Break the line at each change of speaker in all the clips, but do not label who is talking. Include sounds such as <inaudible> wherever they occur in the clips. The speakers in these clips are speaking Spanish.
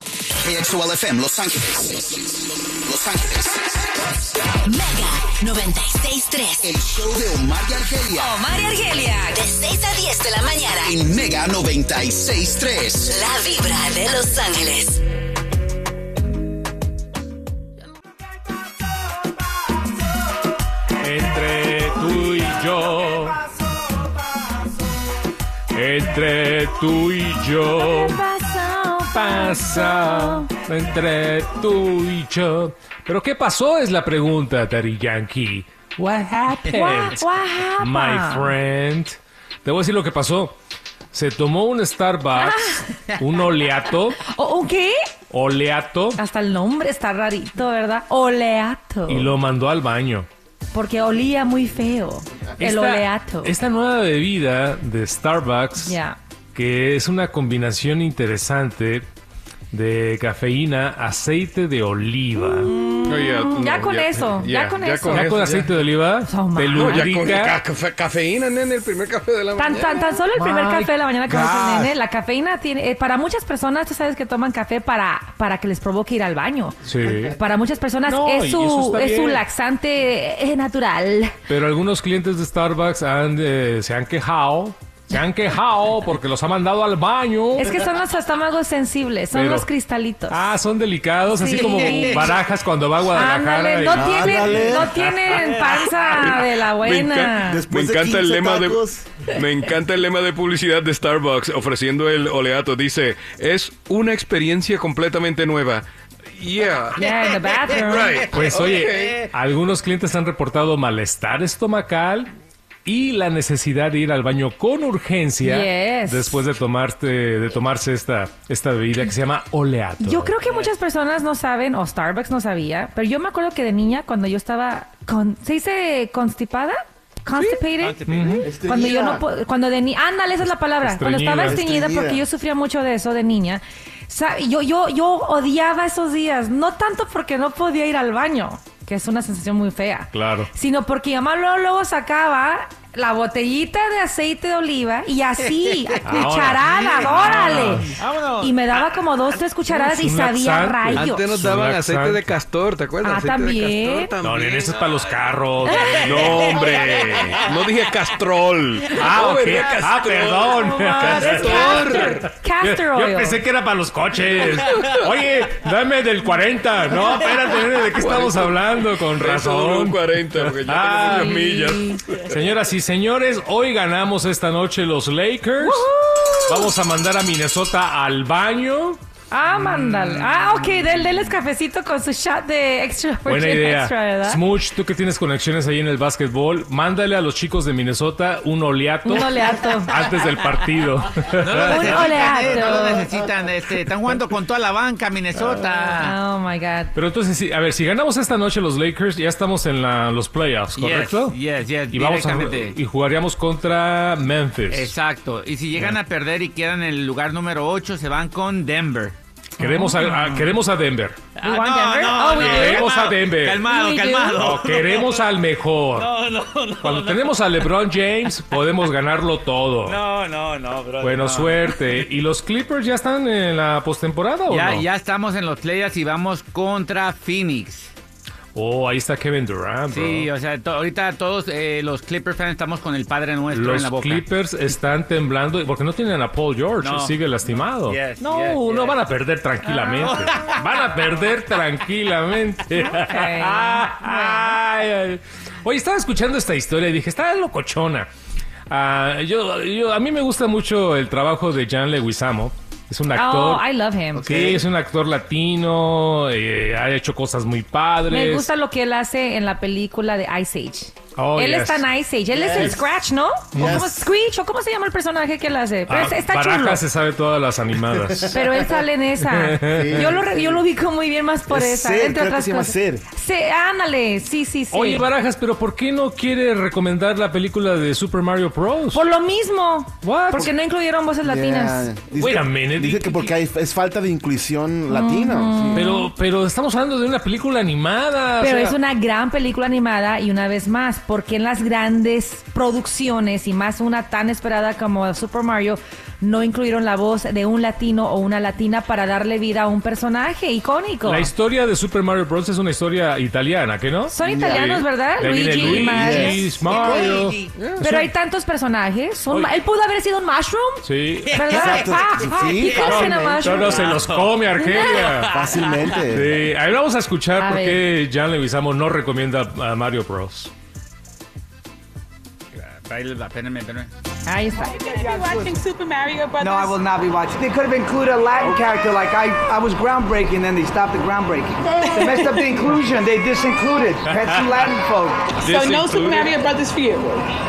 KXOLFM Los Ángeles. Los Ángeles.
Mega 96.3.
El show de Omar y Argelia
Omar y Argelia. De 6 a 10 de la mañana.
en Mega 96.3.
La vibra de Los Ángeles.
Entre tú y yo. Entre tú y yo. Pasa. Entre tú y yo. Pero ¿qué pasó? Es la pregunta, Daddy Yankee. What happened? My friend. Te voy a decir lo que pasó. Se tomó un
<laughs>
Starbucks, un oleato,
¿O o qué?
oleato,
Oh, Hasta el nombre está rarito, ¿verdad? Oleato.
y lo mandó al baño.
Porque olía muy feo. el
Esta-
oleato.
Esta nueva bebida de Starbucks,
Ya.
que es una combinación interesante de cafeína, aceite de oliva.
ya con eso, ya Mm. con eso.
Ya con aceite de oliva,
Oh,
te
man.
No, ya con
lubrica.
ca- cafe- cafeína, nene, el primer café de la
Tan,
mañana.
tan, tan solo el primer
My
café de la mañana que me
God.
nene. La cafeína tiene. eh, para muchas personas, tú sabes que toman café para, para que les provoque ir al baño.
Sí.
Para muchas personas
No, y
es,
eso
su,
está
es su
bien.
laxante eh, natural.
Pero algunos clientes de Starbucks han, eh, se han quejado. Se han quejado porque los ha mandado al baño.
Es que son los estómagos sensibles, son
Pero-
los cristalitos.
Ah, son delicados, así
Sí. <laughs>
como barajas cuando va a Guadalajara.
Ándale,
y-
no tienen, no tienen panza de la buena.
Me
Después de
encanta el
15
lema de
tacos.
me encanta el lema de publicidad de Starbucks ofreciendo el oleato. Dice es una experiencia completamente nueva. Yeah,
Yeah, in the bathroom.
<laughs> right.
Pues oye,
Ok.
algunos clientes han reportado malestar estomacal y la necesidad de ir al baño con urgencia
Yes.
después de tomarte de tomarse esta esta bebida que se llama oleato.
Yo creo que muchas personas no saben, o Starbucks no sabía, pero yo me acuerdo que de niña, cuando yo estaba con. ¿Se dice constipada? Constipated. Cuando yo no po- cuando de ni ándale, esa es la palabra. Cuando estaba
Estreñida.
estreñida, porque yo sufría mucho de eso de niña. sa- Yo, yo, yo odiaba esos días, no tanto porque no podía ir al baño, que es una sensación muy fea.
Claro.
Sino porque mi mamá luego, luego sacaba la botellita de aceite de oliva y así, a
Ahora.
cucharadas, órale.
Vámonos.
Y me daba como dos, tres cucharadas y
Un
sabía
laxante.
rayos.
Antes nos
da-
daban
Relaxante.
aceite de castor, ¿te acuerdas?
Ah,
Aceite de
¿también?
castor,
No,
también.
nene, eso es para los carros.
<laughs>
No, hombre. No dije castrol.
Ah,
No,
ok.
venía
Ah,
castrol.
perdón. <laughs>
Castor. Castor
Yo,
oil.
yo pensé que era para los coches. Oye, dame del 40. No, espérate, nene, ¿de qué estamos hablando? Con
Eso duró un
razón.
40, porque yo
Ah.
tengo muchas millas.
Señoras y señores, hoy ganamos esta noche los Lakers. Vamos a mandar a Minnesota al baño.
Ah, mándale. Ah, ok, del, denles cafecito con su shot de extra
Buena
virgin
idea.
extra, ¿verdad?
Smooch, tú que tienes conexiones ahí en el básquetbol, mándale a los chicos de Minnesota un oleato
Un oleato.
<laughs> antes del
<laughs>
partido.
No lo necesitan,
oleato.
eh, no lo necesitan. Este, están jugando con toda la banca, Minnesota.
Oh my god.
Pero entonces, sí, a ver, si ganamos esta noche los Lakers, ya estamos en la- los playoffs,
Yes,
¿correcto?
yes, yes,
y, vamos a-
directamente.
y jugaríamos contra Memphis.
Exacto. Y si llegan a perder y quedan en el lugar número 8, se van con Denver.
Queremos a- a- queremos a Denver.
Ah,
want Denver? Oh, we do.
Queremos a Denver.
Calmado,
We do.
calmado.
No, queremos al mejor. Cuando tenemos a LeBron James, podemos ganarlo todo.
No, no, no, bro.
bueno,
no.
suerte. ¿Y los Clippers ya están en la postemporada o
Ya,
no?
ya estamos en los playoffs y vamos contra Phoenix.
Oh, ahí está Kevin Durant, bro.
Sí, o sea, to- ahorita todos eh, los Clipper fans estamos con el Padre Nuestro en
los
la boca.
Clippers están temblando porque no tienen a Paul George,
No.
sigue lastimado.
Yes,
no,
yes, Ah.
no
yes.
van a perder tranquilamente. Van a perder tranquilamente. Ay, ay. Oye, estaba escuchando esta historia y dije, está locochona. Ah, yo, yo- a mí me gusta mucho el trabajo de Jan Leguizamo. Es un actor.
Oh, I love him.
Sí, es un actor latino, eh, ha hecho cosas muy padres.
Me gusta lo que él hace en la película de Ice Age.
Oh,
él
yes.
está en Ice Age. Él es el
Yes.
Scratch, ¿no? ¿O
Yes.
cómo, Screech, ¿o cómo se llama el personaje que él hace? Pero
Ah,
es- está
Barajas
chulo.
se sabe todas las
<laughs>
animadas.
Pero él sale en esa. Yo lo, re- yo lo ubico muy bien más por
Es
esa.
Ser,
entre
creo que
otras
se llama
cosas.
Ser.
Se- ándale. Sí, sí, sí.
Oye, Barajas, pero ¿por qué no quiere recomendar la película de Super Mario Bros?
por lo mismo.
What?
Porque no incluyeron voces latinas.
Yeah. Dice
Wait a
que-
minute.
Dice que porque hay- es falta de inclusión latina.
<laughs> Pero, pero estamos hablando de una película animada. o
Pero
sea,
es una gran película animada y una vez más, porque en las grandes producciones y más una tan esperada como Super Mario, no incluyeron la voz de un latino o una latina para darle vida a un personaje icónico.
La historia de Super Mario Bros. es una historia italiana, ¿qué no?
Son italianos,
Sí.
¿verdad?
De ahí viene
Luigi y
Luigi,
Mario.
Mario.
Pero hay tantos personajes. Un ma- él pudo haber sido un mushroom.
Sí.
¿Verdad?
Exacto.
Ah, ah,
Sí,
¿qué
claro.
hacen a
No,
mushroom?
no, se los come Argelia.
Fácilmente.
Sí, Eh, ahí vamos a escuchar
A
por qué Jan Leguizamo no recomienda a Mario Bros.
Espérenme, espérenme.
Ahí está.
No, I will not be watching. They could have included a Latin character like I, I was groundbreaking, then they stopped the groundbreaking. They messed up the inclusion. They disincluded. Had some
Ah.
Latin folk.
So no Super Mario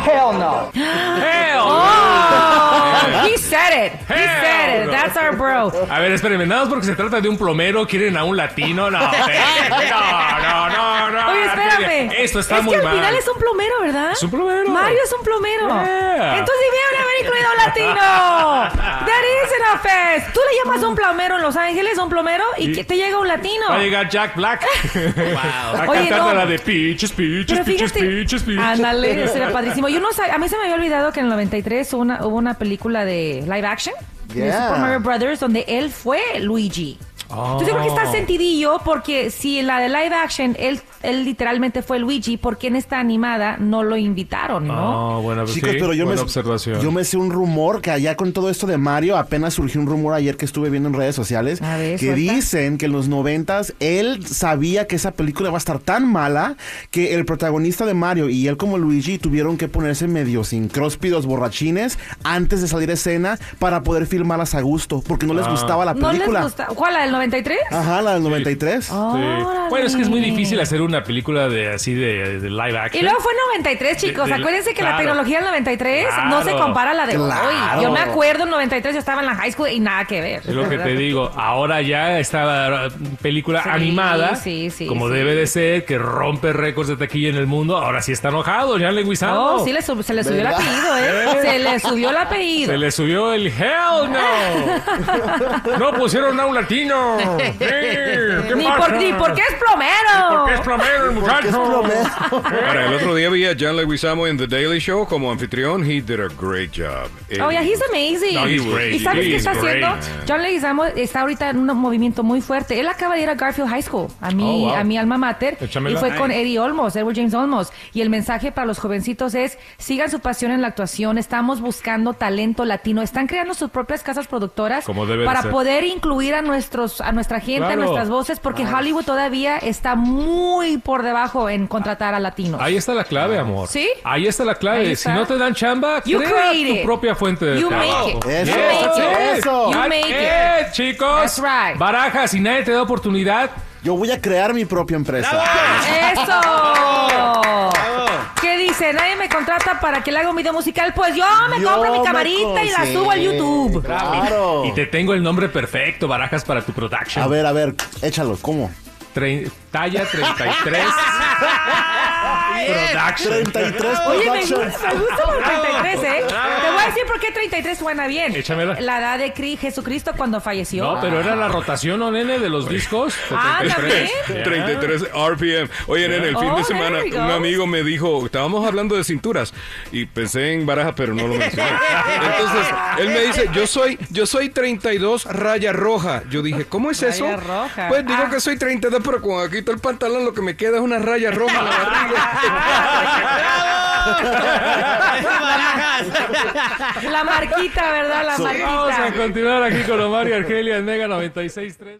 Hell no.
¡Ah! Oh, he said it. He said it. That's our bro.
Eh, A ver, espérenme, nada más porque se trata de un plomero, quieren a un latino,
<laughs>
no, espérenme, no, no, no, no.
Oye, espérame.
Ah, Esto está
es
muy
que al
mal.
final es un plomero, ¿verdad?
Es un plomero.
Mario es un plomero.
Yeah.
Entonces debieron haber incluido a un latino. That is an offense. Tú le llamas a un plomero en Los Ángeles, a un plomero, y
Y-
que te llega un latino.
Va a llegar Jack
<laughs>
Black. Va a
Oye,
cantar
no.
la de Peaches, Peaches,
Pero
Peaches,
fíjate,
Peaches, Peaches. <laughs>
ándale, sería padrísimo. Yo no sabía, a mí se me había olvidado que en el 93 hubo una, hubo una película de live action de
Yeah.
Super Mario Brothers donde él fue Luigi.
Oh.
Entonces creo que está sentidillo porque si en la de live action él, él literalmente fue Luigi, ¿por qué en esta animada no lo invitaron, no?
No, bueno, pues
Chicos,
sí,
pero yo me,
buena observación.
yo me sé un rumor que allá con todo esto de Mario, apenas surgió un rumor ayer que estuve viendo en redes sociales,
A ver,
que
suelta.
dicen que en los noventas él sabía que esa película va a estar tan mala que el protagonista de Mario y él como Luigi tuvieron que ponerse medio sin cróspidos borrachines antes de salir a escena para poder filmarlas a gusto, porque no les
Ah,
gustaba la
¿No
película.
les gusta? ¿Cuál, la del 93?
Ajá, la del 93.
Sí.
Órale.
Bueno, es que es muy difícil hacer una película de así de, de live
Y
action.
luego fue en 93, chicos.
De- de-
Acuérdense que la
claro.
tecnología del 93 no se
Claro.
compara a la de hoy.
Claro.
Yo me acuerdo en 93 yo estaba en la high school y nada que ver.
Es lo que te
¿verdad?
digo, ahora ya esta película
Sí,
animada,
sí, sí,
como
sí.
debe de ser, que rompe récords de taquilla en el mundo, ahora sí está enojado, ya le
Oh, sí, le sub- se le subió el apellido, ¿eh? Se le subió el apellido.
Se le subió el hell no.
<laughs>
No pusieron a un latino. Sí, ¿qué
Ni,
pasa?
por, ni porque es plomero.
Porque es plomero el muchacho.
Ahora, el otro día vi a John Leguizamo en The Daily Show como anfitrión. He did a great job.
Oh, yeah, he's amazing.
No, he's great.
¿Y sabes qué
He's
está
great.
haciendo? John Leguizamo está ahorita en un movimiento muy fuerte. Él acaba de ir a Garfield High School, a mi,
Oh, wow.
a mi alma mater,
Échamela.
y fue
Nice.
con Eddie Olmos, Edward James Olmos. Y el mensaje para los jovencitos es, sigan su pasión en la actuación, estamos buscando talento latino, están creando sus propias casas productoras
Como debe de
para
ser.
poder incluir a, nuestros, a nuestra gente, a
Claro.
nuestras voces, porque Hollywood todavía está muy por debajo en contratar a latinos.
Ahí está la clave, amor.
¿Sí?
Ahí está la clave.
Ahí está.
Si no te dan chamba,
You
crea
create
tu
it.
propia fuente de
You
trabajo.
make it.
Eso,
Yes,
that's
that's
it.
it.
Eso.
You
That's
make it.
it, chicos.
That's right.
Baraja, si nadie te da oportunidad,
Yo voy a crear mi propia empresa.
¡Eso! ¿Qué dice? Nadie me contrata para que le haga un video musical. Pues yo me
Yo
compro mi
me
camarita y la
consigo.
subo al YouTube.
Claro.
y te tengo el nombre perfecto, Barajas, para tu production.
Oh. A ver, a ver, échalo, ¿cómo?
Tre- talla 33. production.
33
Oye, me gusta,
production.
me gusta los 33, ¿eh? Te voy a decir por qué 33 suena bien.
Échamela.
La edad de Cri- Jesucristo cuando falleció.
No, pero era la rotación, ¿no, nene, de
Pues.
los discos?
Ah, también.
33 RPM. Oye, en el fin
Oh,
de
there
semana
we go.
un amigo me dijo, estábamos hablando de cinturas y pensé en baraja, pero no lo mencioné. Entonces, él me dice, yo soy yo soy 32 raya roja. Yo dije, ¿cómo es eso?
roja.
Pues digo
Ah.
que soy 32, pero cuando quito el pantalón lo que me queda es una raya roja en la
La marquita, ¿verdad? La marquita.
Vamos a continuar aquí con Omar y Argelia en Mega 96.3.